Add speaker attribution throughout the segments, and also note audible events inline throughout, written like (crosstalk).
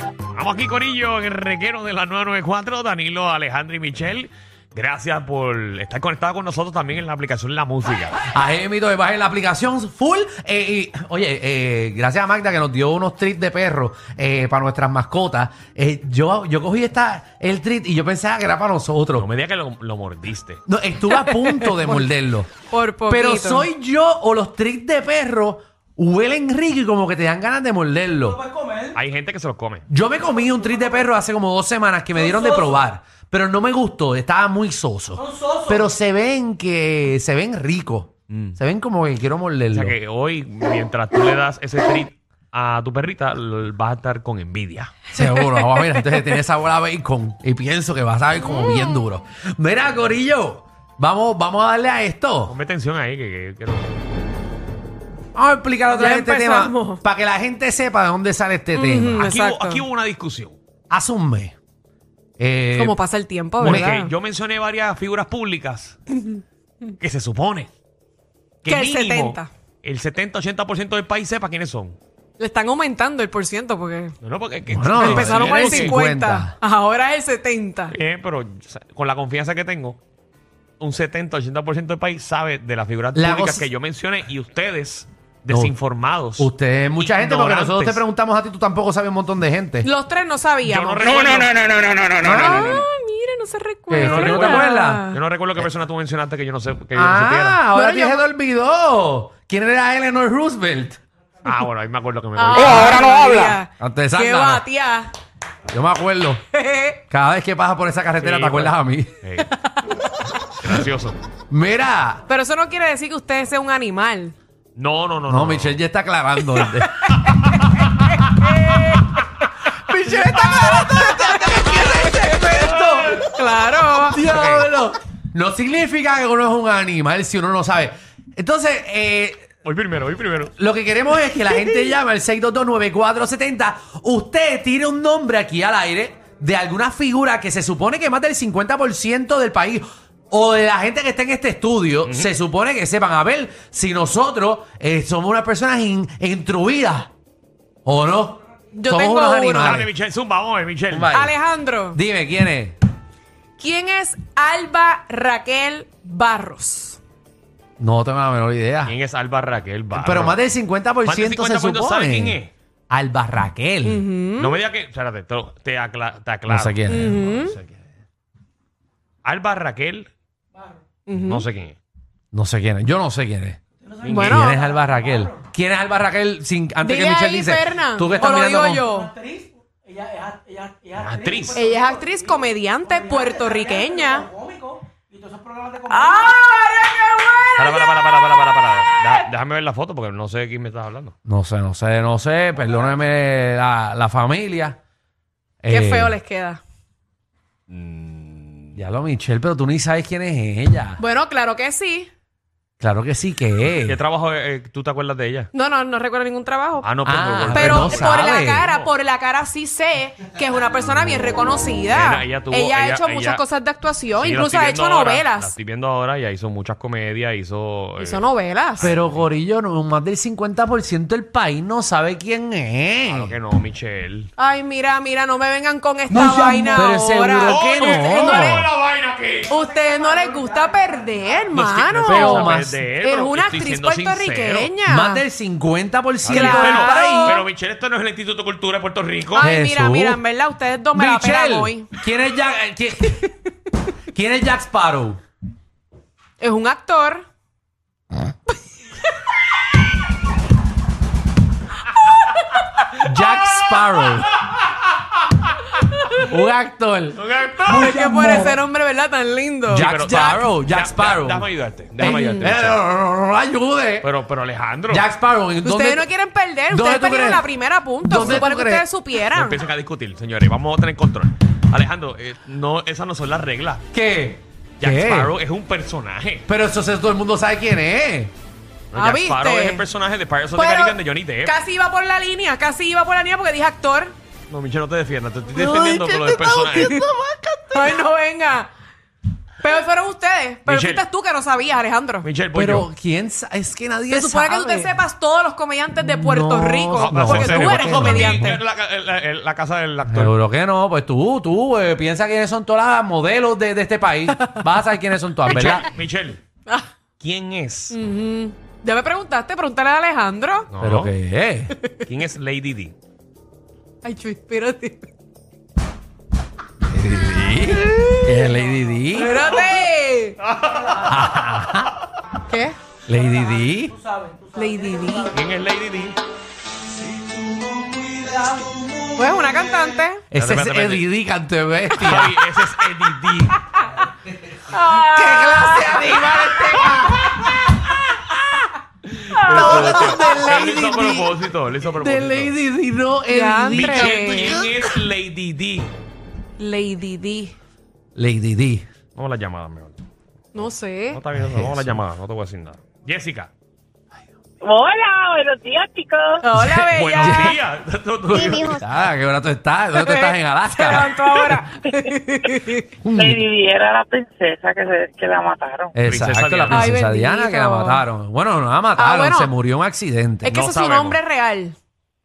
Speaker 1: Estamos aquí, Corillo, en el requero de la 994, Danilo, Alejandro y Michelle. Gracias por estar conectados con nosotros también en la aplicación La Música.
Speaker 2: Ahí mito de bajen la aplicación full. eh, y, oye, eh, gracias a Magda que nos dio unos treats de perro eh, para nuestras mascotas. Eh, yo, yo cogí esta, el treat y yo pensaba que era para nosotros.
Speaker 1: No me digas que lo, lo mordiste.
Speaker 2: No, estuve a
Speaker 1: (laughs)
Speaker 2: punto de morderlo.
Speaker 3: Por poquito.
Speaker 2: Pero soy yo o los treats de perro huelen rico y como que te dan ganas de morderlo.
Speaker 1: Hay gente que se los come.
Speaker 2: Yo me comí un tris de perro hace como dos semanas que me dieron de probar, pero no me gustó, estaba muy soso. Pero se ven que se ven ricos. Se ven como que quiero
Speaker 1: Mm. O
Speaker 2: morderlo.
Speaker 1: sea que hoy, mientras tú le das ese treat a tu perrita, lo- vas a estar con envidia.
Speaker 2: Seguro, vamos a ver. Entonces tiene sabor a bacon y pienso que va a saber como bien duro. Mira, Corillo, vamos, vamos a darle a esto.
Speaker 1: Ponme tensión ahí, que, que- que no-
Speaker 2: Vamos a explicar otra
Speaker 3: Ya
Speaker 2: vez este tema
Speaker 3: empezamos.
Speaker 2: para que la gente sepa de dónde sale este tema.
Speaker 1: Aquí, hubo,
Speaker 3: Exacto.
Speaker 1: aquí hubo una discusión.
Speaker 2: Hace un mes. eh,
Speaker 3: Como pasa el tiempo,
Speaker 1: Porque
Speaker 3: Oh, ¿verdad?
Speaker 1: yo mencioné varias figuras públicas que se supone
Speaker 3: Que el
Speaker 1: mínimo
Speaker 3: 70.
Speaker 1: el 70-80% del país sepa quiénes son.
Speaker 3: Le están aumentando el por ciento porque
Speaker 1: No, no, porque que-
Speaker 2: Bueno,
Speaker 3: empezaron por el
Speaker 2: sí.
Speaker 3: 50, ahora es el 70.
Speaker 1: Bien, Eh, pero o sea, con la confianza que tengo, un 70-80% del país sabe de las figuras
Speaker 2: La
Speaker 1: públicas
Speaker 2: cosa-
Speaker 1: que yo mencioné y ustedes,
Speaker 2: No.
Speaker 1: desinformados.
Speaker 2: Usted, mucha gente, porque
Speaker 1: ignorantes.
Speaker 2: nosotros te preguntamos a ti, tú tampoco sabes un montón de gente.
Speaker 3: Los tres no
Speaker 1: Yo
Speaker 3: sabíamos.
Speaker 1: no recuerdo.
Speaker 3: ah, mira, no se recuerda.
Speaker 2: ¿Qué? ¿No te acuerdas?
Speaker 1: Yo no recuerdo qué persona tú mencionaste que yo no sé que yo no
Speaker 2: Ah,
Speaker 1: supiera.
Speaker 2: ahora
Speaker 3: Bueno,
Speaker 2: ya se
Speaker 3: yo-
Speaker 2: te olvidó. ¿Quién era Eleanor Roosevelt?
Speaker 1: Ah, bueno, ahí me acuerdo que me
Speaker 3: Ah,
Speaker 2: Oh,
Speaker 1: olvidé.
Speaker 4: ahora no habla.
Speaker 3: María.
Speaker 2: Antes
Speaker 3: Qué
Speaker 2: sácala.
Speaker 3: batía. (laughs)
Speaker 2: Yo me acuerdo. Cada vez que pasas por esa carretera
Speaker 1: Sí,
Speaker 2: te acuerdas a
Speaker 1: bueno.
Speaker 2: mí.
Speaker 1: Eh, Gracioso.
Speaker 2: Mira.
Speaker 3: Pero eso no quiere decir que usted sea un animal.
Speaker 1: No, no, no.
Speaker 2: No, Michelle ya está aclarando. (laughs) Michelle está aclarando esto.
Speaker 3: Claro.
Speaker 2: (laughs) Diablo. No significa que uno es un animal si uno no sabe. Entonces, eh,
Speaker 1: Voy primero, voy primero.
Speaker 2: Lo que queremos es que la gente llame al 6229470. Usted tire un nombre aquí al aire de alguna figura que se supone que más del 50% del país o de la gente que está en este estudio se supone que sepan. A ver si nosotros eh, somos unas personas in- intruidas o no.
Speaker 3: Yo
Speaker 2: somos
Speaker 3: tengo
Speaker 2: unos
Speaker 3: uno.
Speaker 1: Dale,
Speaker 2: animales.
Speaker 1: Michelle, zumba, vamos, eh, Michelle.
Speaker 2: Zumba. Ay.
Speaker 3: Alejandro,
Speaker 2: Dime, ¿quién es?
Speaker 3: ¿quién es Alba Raquel Barros?
Speaker 2: No tengo la menor idea.
Speaker 1: ¿Quién es Alba Raquel Barro?
Speaker 2: Pero más del 50%,
Speaker 1: Más del
Speaker 2: se
Speaker 1: 50%
Speaker 2: supone.
Speaker 1: sabe quién es.
Speaker 2: Alba Raquel.
Speaker 1: No me digas que. Espérate, te, lo- te, acla- te aclaro.
Speaker 2: No sé quién es.
Speaker 3: ¿Mm?
Speaker 1: No sé quién es. Alba Raquel. No sé quién es.
Speaker 2: No sé quién es. Yo no sé quién es.
Speaker 3: Bueno.
Speaker 2: ¿Quién es Alba Raquel? ¿Quién es Alba Raquel? Sin, antes
Speaker 3: Dile
Speaker 2: que Michelle
Speaker 3: ahí,
Speaker 2: dice.
Speaker 3: Fernan,
Speaker 2: Tú que
Speaker 3: o
Speaker 2: estás
Speaker 3: lo
Speaker 2: mirando.
Speaker 3: digo
Speaker 2: con-
Speaker 3: yo.
Speaker 4: Ella es act- ella- ella
Speaker 1: Actriz.
Speaker 4: es actriz. pues,
Speaker 3: Ella es actriz, comediante, puertorriqueña.
Speaker 4: Cómico, y todos esos programas de comedia.
Speaker 1: Eh,
Speaker 3: ¡Ah,
Speaker 1: Para, para, para, para, para, para, para. Deja- déjame ver la foto porque no sé de quién me estás hablando.
Speaker 2: No sé, no sé, no sé. Perdóneme la, la familia.
Speaker 3: qué buena! Qué
Speaker 2: Eh,
Speaker 3: feo les queda.
Speaker 2: Ya lo, Michelle, pero tú ni sabes quién es ella.
Speaker 3: Bueno, claro que sí.
Speaker 2: Claro que sí que
Speaker 1: ¿Qué
Speaker 2: es.
Speaker 1: trabajo eh, tú te acuerdas de ella?
Speaker 3: No, no, no recuerdo ningún trabajo.
Speaker 1: Ah, no, pero.
Speaker 2: Ah,
Speaker 1: pero-
Speaker 3: pero
Speaker 2: no
Speaker 3: por
Speaker 2: sabe.
Speaker 3: la cara, por la cara sí sé que es una persona bien reconocida.
Speaker 1: Ella- ella tuvo-
Speaker 3: ha
Speaker 1: ella-
Speaker 3: hecho
Speaker 1: ella-
Speaker 3: muchas cosas de actuación,
Speaker 1: Sí, la
Speaker 3: incluso
Speaker 1: estoy
Speaker 3: ha
Speaker 1: viendo
Speaker 3: hecho
Speaker 1: ahora, La
Speaker 3: novelas.
Speaker 1: estoy viendo ahora, ya hizo muchas comedias, hizo. eh,
Speaker 3: Hizo novelas.
Speaker 2: Pero, Corillo, no, más del 50% del país no sabe quién es.
Speaker 1: Claro que no, Michelle.
Speaker 3: Ay, mira, mira, no me vengan con esta
Speaker 2: No,
Speaker 3: vaina
Speaker 2: pero
Speaker 3: ahora.
Speaker 2: seguro que
Speaker 3: Ustedes
Speaker 2: no.
Speaker 3: no
Speaker 2: le-
Speaker 1: la vaina aquí!
Speaker 3: les- Ustedes no les gusta perder,
Speaker 1: No, es que-
Speaker 3: mano.
Speaker 1: no es que yo
Speaker 2: Pero
Speaker 1: sabe
Speaker 2: más-
Speaker 1: de él,
Speaker 3: es
Speaker 1: pero
Speaker 3: una
Speaker 1: estoy
Speaker 3: actriz
Speaker 1: siendo sincero.
Speaker 3: puertorriqueña.
Speaker 2: Más del 50%
Speaker 1: Sí,
Speaker 3: Claro. Ah.
Speaker 2: del
Speaker 1: pero,
Speaker 2: país.
Speaker 1: pero, Michelle, esto no es el Instituto de Cultura de Puerto Rico.
Speaker 3: Ay, mira,
Speaker 2: Jesús.
Speaker 3: mira, en verdad, ustedes dos me la pegan hoy.
Speaker 2: Michelle, ¿quién es Jack, eh, quién, (laughs) quién es Jack Sparrow?
Speaker 3: Es un actor.
Speaker 2: Jack Sparrow. Un actor.
Speaker 3: Es que por ese nombre, ¿verdad? Tan lindo.
Speaker 2: Jack
Speaker 1: pero-
Speaker 2: Sparrow, Jack
Speaker 1: Ya- ya-
Speaker 2: Sparrow.
Speaker 1: Déjame ayudarte. Déjame
Speaker 2: Eh,
Speaker 1: ayudarte.
Speaker 2: eh,
Speaker 1: Michelle.
Speaker 2: no, no, no, no, ayude.
Speaker 1: Pero, pero Alejandro.
Speaker 2: Jack Sparrow. ¿en
Speaker 3: Ustedes
Speaker 2: dónde-
Speaker 3: no quieren perder,
Speaker 2: ¿Dónde
Speaker 3: ustedes
Speaker 2: tú
Speaker 3: perdieron
Speaker 2: crees?
Speaker 3: la primera punta.
Speaker 2: ¿Dónde
Speaker 3: Se supone
Speaker 2: tú
Speaker 3: que
Speaker 2: crees?
Speaker 3: ustedes
Speaker 1: No
Speaker 3: supieran.
Speaker 1: empiecen a discutir, señores. Vamos a tener control. Alejandro, eh, no, esas no son las reglas.
Speaker 2: ¿Qué?
Speaker 1: Jack
Speaker 2: ¿Qué?
Speaker 1: Sparrow es un personaje.
Speaker 2: Pero eso se- todo el mundo sabe quién es.
Speaker 1: No,
Speaker 3: Ah,
Speaker 1: Jack
Speaker 3: ¿viste?
Speaker 1: Sparrow es el personaje de Pirates of the
Speaker 3: Pero
Speaker 1: Caribbean de Johnny Depp.
Speaker 3: Casi iba por la línea, casi iba por la línea porque
Speaker 2: (laughs)
Speaker 3: dije actor.
Speaker 1: No, Michelle, no te defiendas. Te estoy defendiendo con lo del personaje.
Speaker 3: Ay, no venga. Peor fueron ustedes. Pero
Speaker 1: Michelle.
Speaker 3: fuiste tú que no sabías, Alejandro.
Speaker 1: Michelle, voy
Speaker 2: Pero
Speaker 1: yo.
Speaker 2: quién sa- es que nadie
Speaker 3: Se supone que tú
Speaker 2: sabe.
Speaker 3: te sepas todos los comediantes de Puerto
Speaker 2: No,
Speaker 3: Rico.
Speaker 2: no,
Speaker 3: porque
Speaker 2: en
Speaker 1: serio,
Speaker 3: tú eres
Speaker 1: nosotros aquí,
Speaker 3: comediante. (laughs)
Speaker 1: La, la- la- la casa del actor.
Speaker 2: Seguro que no, pues tú, tú, eh, piensa quiénes son todas las modelos de, de este país. Vas a saber quiénes son todas, ¿verdad?
Speaker 1: Michelle, Michelle,
Speaker 3: Ah,
Speaker 1: ¿quién es?
Speaker 3: ujú. Ya me preguntaste, pregúntale a Alejandro.
Speaker 1: No.
Speaker 2: Mm. Pero que es.
Speaker 1: ¿Quién es Lady D?
Speaker 3: Ay, chuy, espérate.
Speaker 2: Es Lady D. (laughs)
Speaker 3: ¡Espérate! ¿Qué?
Speaker 2: Lady D.
Speaker 4: Tú sabes, tú sabes.
Speaker 3: Lady D.
Speaker 1: ¿Quién es Lady D?
Speaker 3: Pues una cantante.
Speaker 2: Ese es
Speaker 1: Espérate, espérate.
Speaker 2: Eddie D, canto de bestia.
Speaker 1: Ay, ese es Eddie D.
Speaker 2: ¡Qué clase de animal
Speaker 1: Lo
Speaker 2: este
Speaker 1: hizo- Lo
Speaker 2: de
Speaker 1: hizo a
Speaker 2: Lady D.
Speaker 1: propósito, lo hizo a
Speaker 2: De
Speaker 1: propósito.
Speaker 2: Lady D, no Eddie D.
Speaker 3: Diantre.
Speaker 1: Michelle, ¿quién es Lady D?
Speaker 3: Lady D.
Speaker 2: Lady D.
Speaker 1: Vamos a la llamada, mejor.
Speaker 3: No
Speaker 1: No
Speaker 3: sé.
Speaker 1: está bien, vamos a la llamada, no te voy a decir nada. Jessica.
Speaker 5: Hola, buenos días, chicos.
Speaker 3: Hola, bella.
Speaker 1: Buenos días. (laughs) Tú- tú-
Speaker 2: Ah, qué hora tú estás. ¿Dónde tú estás
Speaker 3: (laughs)
Speaker 2: en
Speaker 3: Se
Speaker 2: Alaska?
Speaker 1: (laughs)
Speaker 3: levantó ahora.
Speaker 2: Mm.
Speaker 5: Lady Di era la princesa que, se- que la mataron.
Speaker 2: Exacto, la
Speaker 1: Diana.
Speaker 3: Ay,
Speaker 2: princesa Diana que la
Speaker 3: bendito. Ah,
Speaker 2: mataron. Bueno, no la mataron,
Speaker 3: bueno.
Speaker 2: se murió en un accidente.
Speaker 3: Es que
Speaker 1: No
Speaker 3: ese es
Speaker 1: sabemos.
Speaker 3: su nombre real.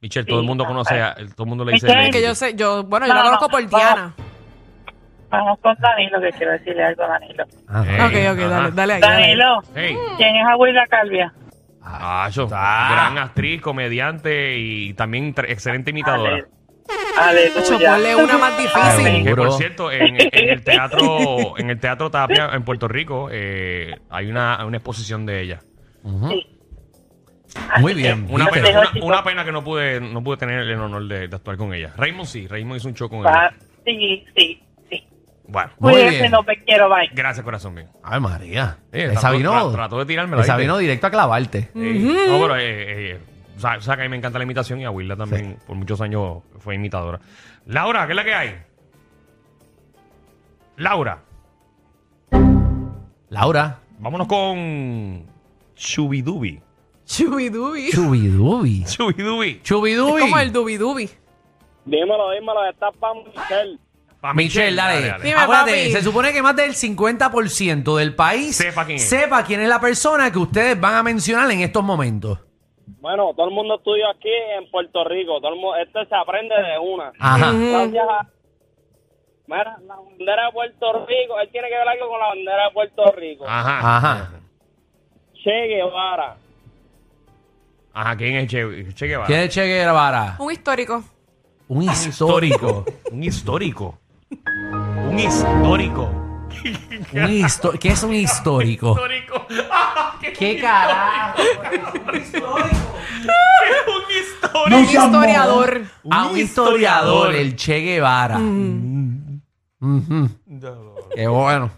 Speaker 1: Michelle, todo el mundo conoce, a, todo el mundo le dice
Speaker 5: Michelle.
Speaker 1: Lady
Speaker 3: Que
Speaker 1: D.
Speaker 3: yo sé, yo, bueno, yo la
Speaker 5: No,
Speaker 3: conozco
Speaker 5: no,
Speaker 3: por
Speaker 5: no.
Speaker 3: Diana.
Speaker 5: Vamos con Danilo, que quiero decirle algo a Danilo.
Speaker 2: Ajá.
Speaker 1: Eh.
Speaker 3: Ok,
Speaker 1: Ey,
Speaker 3: ok,
Speaker 1: ajá.
Speaker 3: dale, dale ahí. dale ahí.
Speaker 5: Danilo,
Speaker 1: Hey.
Speaker 5: ¿quién es Abuela Calvia?
Speaker 1: Ah, yo,
Speaker 2: Ah.
Speaker 1: gran actriz, comediante y también tre- excelente imitadora.
Speaker 5: Ale- Aleluya.
Speaker 3: Nacho, ponle una más difícil.
Speaker 5: Amén.
Speaker 1: Que por
Speaker 2: Seguro.
Speaker 1: cierto, en, en el teatro, en el teatro Tapia en Puerto Rico, eh, hay una, una exposición de ella.
Speaker 2: Ujú.
Speaker 5: Sí.
Speaker 2: Muy bien.
Speaker 1: Una
Speaker 2: ¿viste?
Speaker 1: pena, una,
Speaker 5: Chicos.
Speaker 1: una pena que no pude, no pude tener el honor de, de actuar con ella. Raymond sí, Raymond hizo un show con
Speaker 5: Va-
Speaker 1: ella.
Speaker 5: Sí, sí, sí.
Speaker 1: Bueno,
Speaker 2: Muy
Speaker 5: Cuídense,
Speaker 2: bien.
Speaker 5: no te quiero, bye.
Speaker 1: gracias corazón mío.
Speaker 2: Ay, María.
Speaker 1: Sí,
Speaker 2: esa
Speaker 1: trató-
Speaker 2: vino.
Speaker 1: tra- trató de tirármela,
Speaker 2: Esa
Speaker 1: ¿viste?
Speaker 2: vino directo a clavarte.
Speaker 1: Eh, No, pero eh, eh, o sea, o sea que a mí me encanta la imitación y a Wilda también por muchos años fue imitadora. Laura, ¿qué es la que hay? Laura,
Speaker 2: Laura.
Speaker 1: vámonos con Chubidubi. (laughs)
Speaker 3: Chubidubi.
Speaker 2: Chubidubi.
Speaker 1: Chubidubi.
Speaker 3: Es
Speaker 2: Chubidubi.
Speaker 3: como el dubidubi.
Speaker 6: Dímelo, dímelo, está pa' Michelle.
Speaker 1: Pa'
Speaker 2: Michelle, dale.
Speaker 3: Dime,
Speaker 2: Acuérdate,
Speaker 3: papi.
Speaker 2: se supone que más del 50% del país
Speaker 1: Sepa quién es.
Speaker 2: sepa quién es la persona que ustedes van a mencionar en estos momentos.
Speaker 6: Bueno, todo el mundo estudió aquí en Puerto Rico. Todo el mundo, esto se aprende de una.
Speaker 2: Ajá.
Speaker 3: Mm.
Speaker 6: Gracias a... Mira, la bandera de Puerto Rico. Él tiene que ver algo con la bandera de Puerto Rico.
Speaker 3: Ah.
Speaker 1: Ajá.
Speaker 2: Ajá.
Speaker 6: Che Guevara.
Speaker 1: Ajá, ¿quién es Che, che Guevara?
Speaker 2: ¿Quién es Che Guevara?
Speaker 3: Un histórico.
Speaker 2: Un (laughs) histórico.
Speaker 1: Un histórico. Un histórico.
Speaker 2: un histo- ¿Qué es (laughs) un histórico?
Speaker 1: Histórico.
Speaker 2: ¿Qué carajo?
Speaker 1: Un histórico.
Speaker 3: Un historiador.
Speaker 2: A Ah, un historiador, el Che Guevara.
Speaker 3: Mm.
Speaker 2: Ujú. Qué bueno.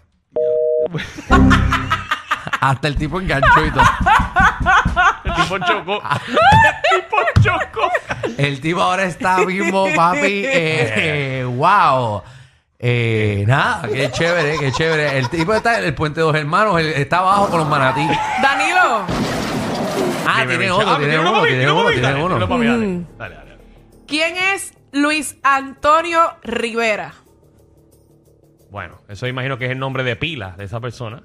Speaker 2: Hasta el tipo enganchó y todo.
Speaker 1: El tipo chocó.
Speaker 2: Ah.
Speaker 1: El tipo chocó.
Speaker 2: El tipo ahora está mismo, (laughs) papi. eh, eh, wow. Eh, nada, qué chévere, qué chévere. El tipo está en el puente de dos hermanos, él está abajo con los manatí.
Speaker 3: Danilo.
Speaker 2: Ah,
Speaker 1: Dime,
Speaker 2: tiene
Speaker 1: Michelle.
Speaker 2: otro,
Speaker 1: Ah,
Speaker 2: tiene
Speaker 1: uno
Speaker 2: uno,
Speaker 1: para mí,
Speaker 2: tiene
Speaker 1: uno
Speaker 2: uno,
Speaker 1: para mí.
Speaker 2: tiene
Speaker 1: Dale, uno
Speaker 2: uno.
Speaker 1: para mí, dale.
Speaker 3: Mm.
Speaker 1: Dale, dale, dale.
Speaker 3: ¿Quién es Luis Antonio Rivera?
Speaker 1: Bueno, eso imagino que es el nombre de pila de esa persona.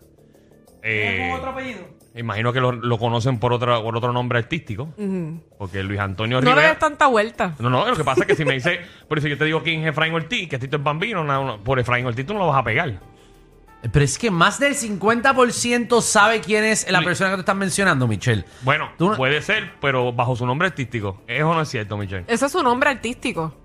Speaker 4: ¿Tienes
Speaker 1: Eh,
Speaker 4: otro apellido?
Speaker 1: imagino que lo, lo conocen por otro, por otro nombre artístico. Porque Luis Antonio
Speaker 3: Mm. No le
Speaker 1: Rivera.
Speaker 3: des tanta vuelta.
Speaker 1: No, no, lo que pasa es que si me dice, (laughs) por eso yo te digo quién es Efraín Ortiz, que Tito es bambino, no, no, por Efraín Ortiz tú no lo vas a pegar.
Speaker 2: Pero es que más del 50% sabe quién es la
Speaker 1: Lu-
Speaker 2: persona que tú estás mencionando, Michelle.
Speaker 1: Bueno,
Speaker 2: Tú no-
Speaker 1: puede ser, pero bajo su nombre artístico. Eso no es cierto, Michelle.
Speaker 3: Ese es su nombre artístico.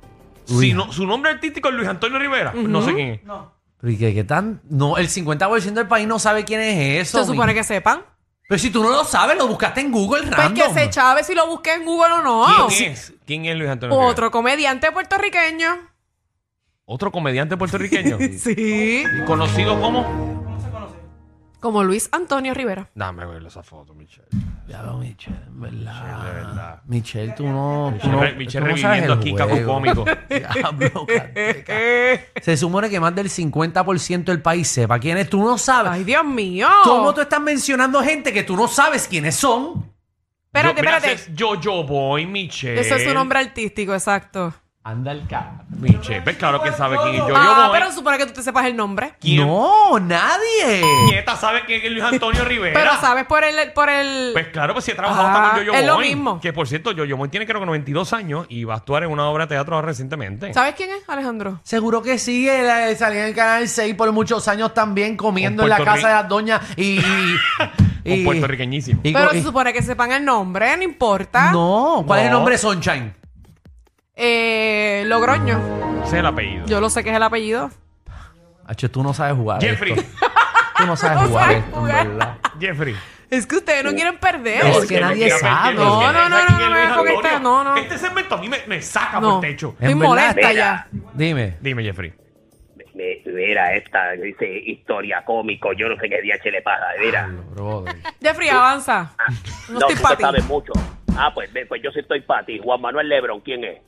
Speaker 2: Uy.
Speaker 1: Si no, su nombre artístico es Luis Antonio Rivera. No sé quién es.
Speaker 4: No.
Speaker 2: Pero ¿y qué, qué tan? No, el 50% del país no sabe quién es eso.
Speaker 3: Se supone
Speaker 2: mi-
Speaker 3: que sepan.
Speaker 2: Pero si tú no lo sabes, lo buscaste en Google
Speaker 3: Pues
Speaker 2: random.
Speaker 3: que se chave si lo busqué en Google o no.
Speaker 1: ¿Quién es? ¿Quién es Luis Antonio Rivera?
Speaker 3: Otro
Speaker 1: (laughs)
Speaker 3: comediante puertorriqueño.
Speaker 1: Otro comediante puertorriqueño.
Speaker 3: (laughs) Sí.
Speaker 1: conocido como.
Speaker 4: ¿Cómo se conoce?
Speaker 3: Como Luis Antonio Rivera.
Speaker 1: Dame verle esa foto, Michelle.
Speaker 2: Ya veo, Michelle, en verdad.
Speaker 1: de verdad.
Speaker 2: Michelle, tú no. tú
Speaker 1: Michelle,
Speaker 2: no-
Speaker 1: re-
Speaker 2: tú
Speaker 1: Michelle
Speaker 2: no sabes
Speaker 1: reviviendo
Speaker 2: el
Speaker 1: aquí,
Speaker 2: juego.
Speaker 1: caco
Speaker 3: (laughs)
Speaker 1: cómico. (laughs)
Speaker 2: (laughs) Diablo, cateca. Se supone que más del 50% del país sepa quién es. Tú no sabes.
Speaker 3: Ay, Dios mío.
Speaker 2: ¿Cómo tú estás mencionando gente que tú no sabes quiénes son?
Speaker 3: Espérate,
Speaker 1: Yo- mira, Eh.
Speaker 3: espérate.
Speaker 1: ese es Yo, yo voy, Michelle.
Speaker 3: Ese es su nombre artístico, exacto.
Speaker 2: Anda el cabrón.
Speaker 1: Michelle, pues claro que sabe quién es yo.
Speaker 3: ah,
Speaker 1: yo
Speaker 3: pero
Speaker 1: voy.
Speaker 3: supone que tú te sepas el nombre.
Speaker 1: ¿Quién?
Speaker 2: No, nadie.
Speaker 1: Nieta sabe quién es Luis Antonio Rivera.
Speaker 3: (laughs) Pero sabes por el... Por el...
Speaker 1: Pues claro, pues si he trabajado
Speaker 3: Ah,
Speaker 1: también yo, yo
Speaker 3: es lo mismo.
Speaker 1: Que por cierto, yo, yo tiene creo que 92 años y va a actuar en una obra de teatro ahora recientemente.
Speaker 3: ¿Sabes quién es, Alejandro?
Speaker 2: Seguro que sí, él, eh, salía en el canal 6 por muchos años también comiendo en
Speaker 1: Un
Speaker 2: la
Speaker 1: puertorri-
Speaker 2: casa de las doñas y. y-
Speaker 1: (laughs) Un
Speaker 2: y-
Speaker 1: puertorriqueñísimo.
Speaker 2: y-
Speaker 3: pero
Speaker 2: y-
Speaker 3: se supone que sepan el nombre, no importa.
Speaker 2: No, ¿cuál es el
Speaker 1: eh. No.
Speaker 2: nombre de Sunshine?
Speaker 3: Eh, Logroño.
Speaker 1: Ese es el apellido.
Speaker 3: Yo lo sé que es el apellido.
Speaker 2: H, tú no sabes jugar.
Speaker 1: Jeffrey.
Speaker 2: esto.
Speaker 1: (laughs)
Speaker 2: Tú no sabes
Speaker 3: No
Speaker 2: jugar
Speaker 3: sabes
Speaker 2: esto, en
Speaker 3: jugar.
Speaker 2: verdad.
Speaker 1: Jeffrey.
Speaker 3: Es que ustedes
Speaker 1: Oh.
Speaker 3: no quieren perder.
Speaker 2: Es
Speaker 1: No,
Speaker 2: que
Speaker 1: me
Speaker 2: nadie
Speaker 1: quiera
Speaker 2: sabe.
Speaker 1: perder,
Speaker 2: No,
Speaker 1: quiera
Speaker 3: no, no,
Speaker 1: saber
Speaker 3: no,
Speaker 1: quién
Speaker 3: no me
Speaker 1: es Luis
Speaker 3: ponga este-
Speaker 1: Antonio.
Speaker 3: no, no.
Speaker 1: Este segmento a mí me, me saca
Speaker 3: No.
Speaker 1: por el techo.
Speaker 2: Es
Speaker 3: Estoy
Speaker 2: verdad.
Speaker 3: molesta ya.
Speaker 2: Dime.
Speaker 1: Dime, Jeffrey.
Speaker 7: Me- Mira esta, dice historia cómico, yo no sé qué día se le pasa, mira.
Speaker 2: Brother.
Speaker 3: Jeffrey,
Speaker 7: (laughs)
Speaker 3: avanza. No, estoy
Speaker 7: tú
Speaker 3: para ti.
Speaker 7: sabes mucho. Ah, pues, ve, pues yo sí estoy para ti. Juan Manuel Lebron, ¿quién es?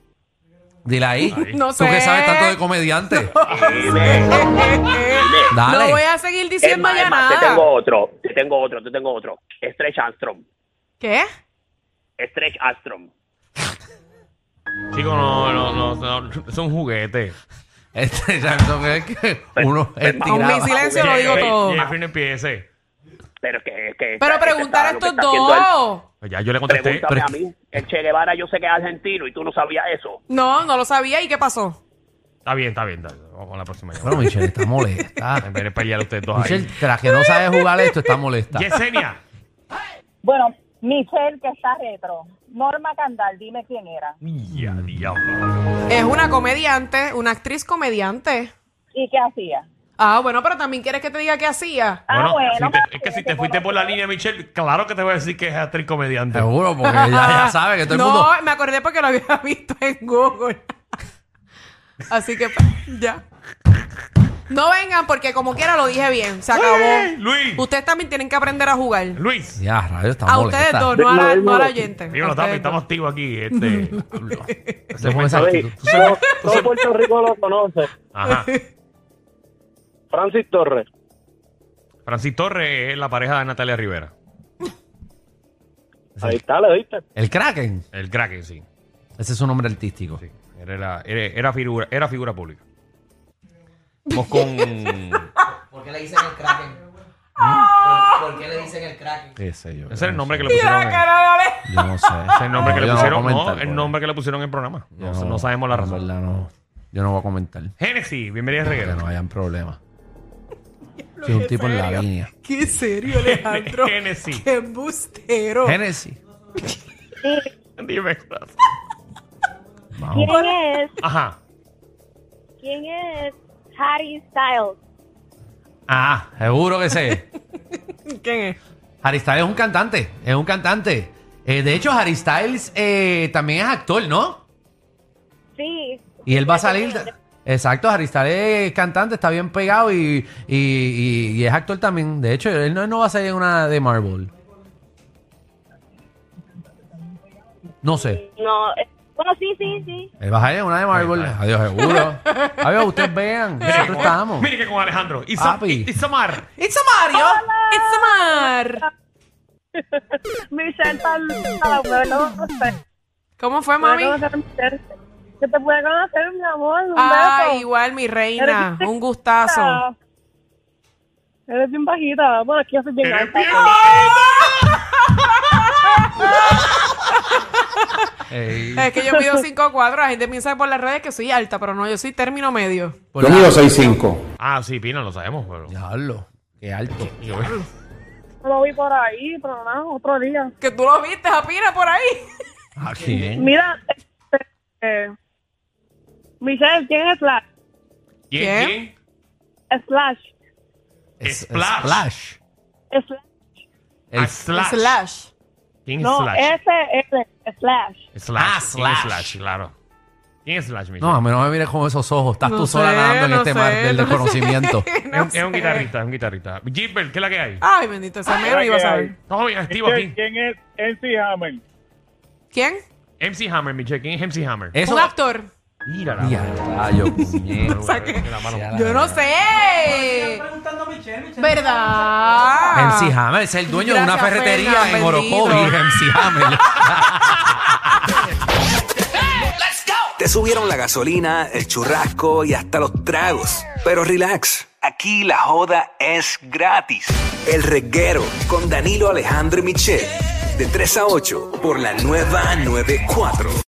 Speaker 2: Dile ahí.
Speaker 3: No
Speaker 2: Tú que
Speaker 3: sé.
Speaker 2: sabes tanto de comediante.
Speaker 3: Ah.
Speaker 7: Dime, (laughs) dime.
Speaker 2: Dale.
Speaker 3: No voy a seguir diciendo
Speaker 7: Es más,
Speaker 3: ya
Speaker 7: es más,
Speaker 3: nada.
Speaker 7: te tengo otro, te tengo otro, te tengo otro. Stretch Armstrong,
Speaker 3: ¿Qué?
Speaker 7: Stretch Armstrong.
Speaker 1: Chico, no, no, no, no, es un juguete.
Speaker 2: (laughs) Este Jackson es que uno
Speaker 1: Pues,
Speaker 3: Con Pues, mi
Speaker 2: estiraba.
Speaker 3: silencio lo digo
Speaker 1: Jeffrey,
Speaker 3: todo.
Speaker 1: Jeffrey, no empiece.
Speaker 7: Pero es que, es que
Speaker 3: Pero
Speaker 7: esta- esta-
Speaker 3: preguntar a
Speaker 7: lo que
Speaker 3: estos
Speaker 7: está haciendo él-
Speaker 3: dos.
Speaker 1: Pues Ya yo le contesté.
Speaker 7: Pregúntame
Speaker 2: pero
Speaker 7: a
Speaker 2: es
Speaker 7: mí, el Che Guevara yo sé que es argentino y tú no sabías eso.
Speaker 3: No, no lo sabía. ¿Y qué pasó?
Speaker 1: Está bien, está bien. está bien. Vamos a la próxima
Speaker 2: (laughs)
Speaker 1: llamada.
Speaker 2: Bueno, Michelle está
Speaker 1: En (laughs)
Speaker 2: molesta.
Speaker 1: vez de pelear a ustedes dos
Speaker 2: Michelle,
Speaker 1: ahí.
Speaker 2: tras que no sabe jugar esto, está molesta.
Speaker 1: Yesenia.
Speaker 8: Bueno, Michelle, que está retro. Norma Candal, dime quién era.
Speaker 1: Ya, diablo.
Speaker 3: Es una comediante, una actriz comediante.
Speaker 8: ¿Y qué hacía?
Speaker 3: Ah, bueno, pero también quieres que te diga qué hacía.
Speaker 8: Ah, bueno,
Speaker 1: si te-
Speaker 8: pues,
Speaker 1: es que si
Speaker 8: te
Speaker 1: te fuiste por la línea, Michelle, claro que te voy a decir que es actriz comediante.
Speaker 2: Seguro, porque ya, ya sabe que todo el
Speaker 3: Ah, no,
Speaker 2: mundo.
Speaker 3: me acordé porque lo había (laughs) visto en Google. Así que pues, ya. No vengan porque como quiera lo dije bien. Se
Speaker 1: ¡Ey,
Speaker 3: acabó.
Speaker 1: Luis!
Speaker 3: Ustedes también tienen que aprender a jugar.
Speaker 1: Luis.
Speaker 2: Ya, radio está
Speaker 3: A
Speaker 2: molesta.
Speaker 3: ustedes dos, no a la, no a la oyente.
Speaker 1: Mira,
Speaker 3: A
Speaker 1: no,
Speaker 3: ustedes
Speaker 1: estamos
Speaker 3: dos.
Speaker 1: activos aquí.
Speaker 3: (laughs)
Speaker 1: Este.
Speaker 2: Se pone esa
Speaker 9: Oye,
Speaker 2: actitud.
Speaker 9: todo, todo Puerto Rico lo conoce.
Speaker 1: Ajá.
Speaker 9: Francis Torres,
Speaker 1: Francis Torres es la pareja de Natalia Rivera.
Speaker 9: ahí está, le diste.
Speaker 2: El Kraken.
Speaker 1: El Kraken, sí.
Speaker 2: Ese es su nombre artístico.
Speaker 1: sí. Era, la- era, era figura, era figura pública. Vamos con. Ese
Speaker 10: ¿Por qué le dicen el Kraken?
Speaker 4: Ah.
Speaker 10: ¿Por, por qué le dicen el Kraken?
Speaker 2: Qué sé yo.
Speaker 1: es el nombre que le
Speaker 3: Y la
Speaker 1: pusieron. en-
Speaker 3: cara de Ale-
Speaker 2: Yo no sé.
Speaker 1: Ese es el nombre que le
Speaker 2: Yo no voy a
Speaker 1: pusieron. No,
Speaker 2: comentar,
Speaker 1: el
Speaker 2: pues.
Speaker 1: nombre que le pusieron en el programa.
Speaker 2: Yo
Speaker 1: No, no sabemos la
Speaker 2: en
Speaker 1: razón.
Speaker 2: verdad, no. Yo no voy a comentar.
Speaker 1: Genesis, bienvenida a
Speaker 2: Que
Speaker 1: Reguero.
Speaker 2: no hayan problemas. Soy un
Speaker 3: ¿en
Speaker 2: tipo en la
Speaker 3: serio?
Speaker 2: línea.
Speaker 1: (laughs)
Speaker 3: Qué serio, Alejandro.
Speaker 1: Genesis.
Speaker 3: (laughs) Qué embustero.
Speaker 2: Genesis. (laughs)
Speaker 1: Dime.
Speaker 2: Vamos.
Speaker 8: ¿Quién es?
Speaker 1: Ajá.
Speaker 8: ¿Quién es Harry Styles?
Speaker 2: Ah, seguro que sé.
Speaker 3: ¿Quién es?
Speaker 2: Harry Styles es un cantante. Es un cantante. Eh, de hecho, Harry Styles eh, también es actor, ¿no?
Speaker 8: Sí.
Speaker 2: Y él va a salir. Exacto, Harry Styles es cantante, está bien pegado y, y, y- y es actor también. De hecho, él no, él no va a salir en una de Marvel. No sé.
Speaker 8: No, eh, bueno, sí, sí, sí.
Speaker 2: Él va a salir en una de Marvel.
Speaker 1: Ahí
Speaker 2: Adiós,
Speaker 3: (laughs)
Speaker 2: seguro. Adiós, ustedes vean. Nosotros estamos.
Speaker 1: Mire que con Alejandro. Isa-
Speaker 2: Papi.
Speaker 1: Isamar.
Speaker 3: It's a Mario. It's a Mar.
Speaker 8: Michelle Palmer, no sé.
Speaker 3: ¿Cómo fue, mami?
Speaker 8: Que te pueda conocer, mi amor. Un
Speaker 3: Ah,
Speaker 8: beso.
Speaker 3: igual, mi reina.
Speaker 8: Eres bien
Speaker 3: Un gustazo.
Speaker 8: bajita.
Speaker 5: é
Speaker 8: Eres bien bajita.
Speaker 5: tá?
Speaker 8: Bueno, aquí yo soy bien
Speaker 1: Eres
Speaker 8: alta.
Speaker 1: bien
Speaker 8: pero-
Speaker 2: Ey,
Speaker 3: Es que yo mido 5'4". La gente piensa por las redes que soy alta, pero no, yo soy término medio.
Speaker 2: por la-
Speaker 1: Ah, sí, Pina, lo sabemos. Pero...
Speaker 2: Diablo, qué alto.
Speaker 1: Digo,
Speaker 8: No lo vi por ahí, pero nada, otro día.
Speaker 3: Que tú lo viste, Japina, por ahí. Ah,
Speaker 2: ¿A quién?
Speaker 8: Mira, este, eh, Michelle, ¿quién es Slash?
Speaker 1: ¿Quién?
Speaker 3: ¿Quién?
Speaker 1: ¿Quién?
Speaker 8: Slash.
Speaker 2: Es-
Speaker 1: Splash.
Speaker 2: Splash.
Speaker 8: Slash.
Speaker 1: Ah,
Speaker 2: El-
Speaker 1: Slash.
Speaker 3: Slash.
Speaker 1: ¿Quién es
Speaker 8: No,
Speaker 1: Slash?
Speaker 8: S,
Speaker 1: Slash.
Speaker 8: S, Slash.
Speaker 2: Ah,
Speaker 1: ¿Quién es
Speaker 2: Slash.
Speaker 1: Slash? Claro. ¿Quién es Slash, Michelle?
Speaker 2: No, a mí no me mires con esos ojos. Estás
Speaker 3: No
Speaker 2: tú
Speaker 3: sé,
Speaker 2: sola nadando en
Speaker 3: no
Speaker 2: este
Speaker 3: sé, (laughs)
Speaker 2: mar del
Speaker 3: no
Speaker 2: desconocimiento.
Speaker 3: sé, no
Speaker 1: es, un, es un
Speaker 3: sé.
Speaker 1: guitarrista, es un guitarrista. Gilbert, ¿qué es la que hay?
Speaker 3: Ay, bendito, esa menos iba a saber.
Speaker 1: Estamos bien activos aquí.
Speaker 9: ¿Quién es NC Hammer?
Speaker 3: ¿Quién?
Speaker 1: MC Hammer, Michelle. ¿Quién es MC Hammer?
Speaker 2: Eso.
Speaker 3: Un actor.
Speaker 1: Mírala.
Speaker 2: Ya, rayo,
Speaker 3: (laughs)
Speaker 2: puñeta.
Speaker 1: La mano.
Speaker 2: Ya la-
Speaker 3: Yo no sé.
Speaker 4: Pues, preguntando a Michelle, Michelle.
Speaker 3: ¿Verdad?
Speaker 2: MC Hammer es el dueño de una
Speaker 3: Ah, Gracias,
Speaker 2: ferretería
Speaker 3: Fernan,
Speaker 2: en
Speaker 3: bendito.
Speaker 2: Orocovi, MC Hammer.
Speaker 11: Te subieron la gasolina, el churrasco y hasta los tragos. Pero relax, aquí la joda es gratis. El reguero con Danilo Alejandro y Michel, de 3 a 8 por la nueva 94.